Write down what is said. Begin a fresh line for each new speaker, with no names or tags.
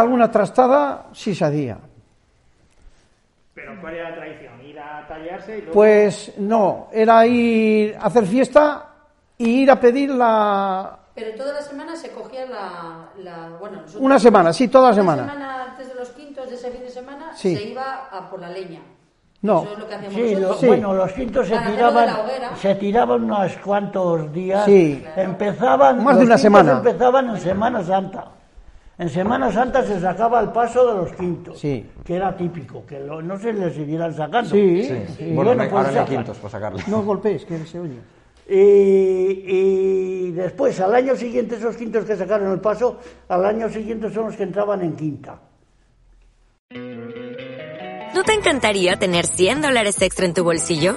Alguna trastada, sí sabía.
Pero ¿cuál era la tradición? ¿Ir a tallarse y luego...
Pues no, era ir a hacer fiesta y ir a pedir la...
Pero toda la semana se cogía la. la- bueno, nosotros-
Una semana, sí, toda la semana.
Una semana antes de los quintos de ese fin de semana
Sí.
se iba a por la leña.
No,
Eso es lo que hacíamos
Sí, lo-
nosotros.
Sí.
bueno, los quintos se
Para hacerlo de
tiraban,
la hoguera.
se tiraban unos cuantos días.
Sí.
Empezaban,
Más de
los
una
quintos
semana.
Empezaban en Semana Santa. En Semana Santa se sacaba el paso de los quintos,
Sí.
que era típico, que lo- no se les siguieran sacando.
Sí.
Sí.
Sí.
Y
Bueno,
bueno,
no hay-
pues
ahora no hay
sacan.
quintos para sacarle.
no golpees, que se oye.
Y, y después, al año siguiente, esos quintos que sacaron el paso, al año siguiente son los que entraban en quinta.
¿No te encantaría tener 100 dólares extra en tu bolsillo?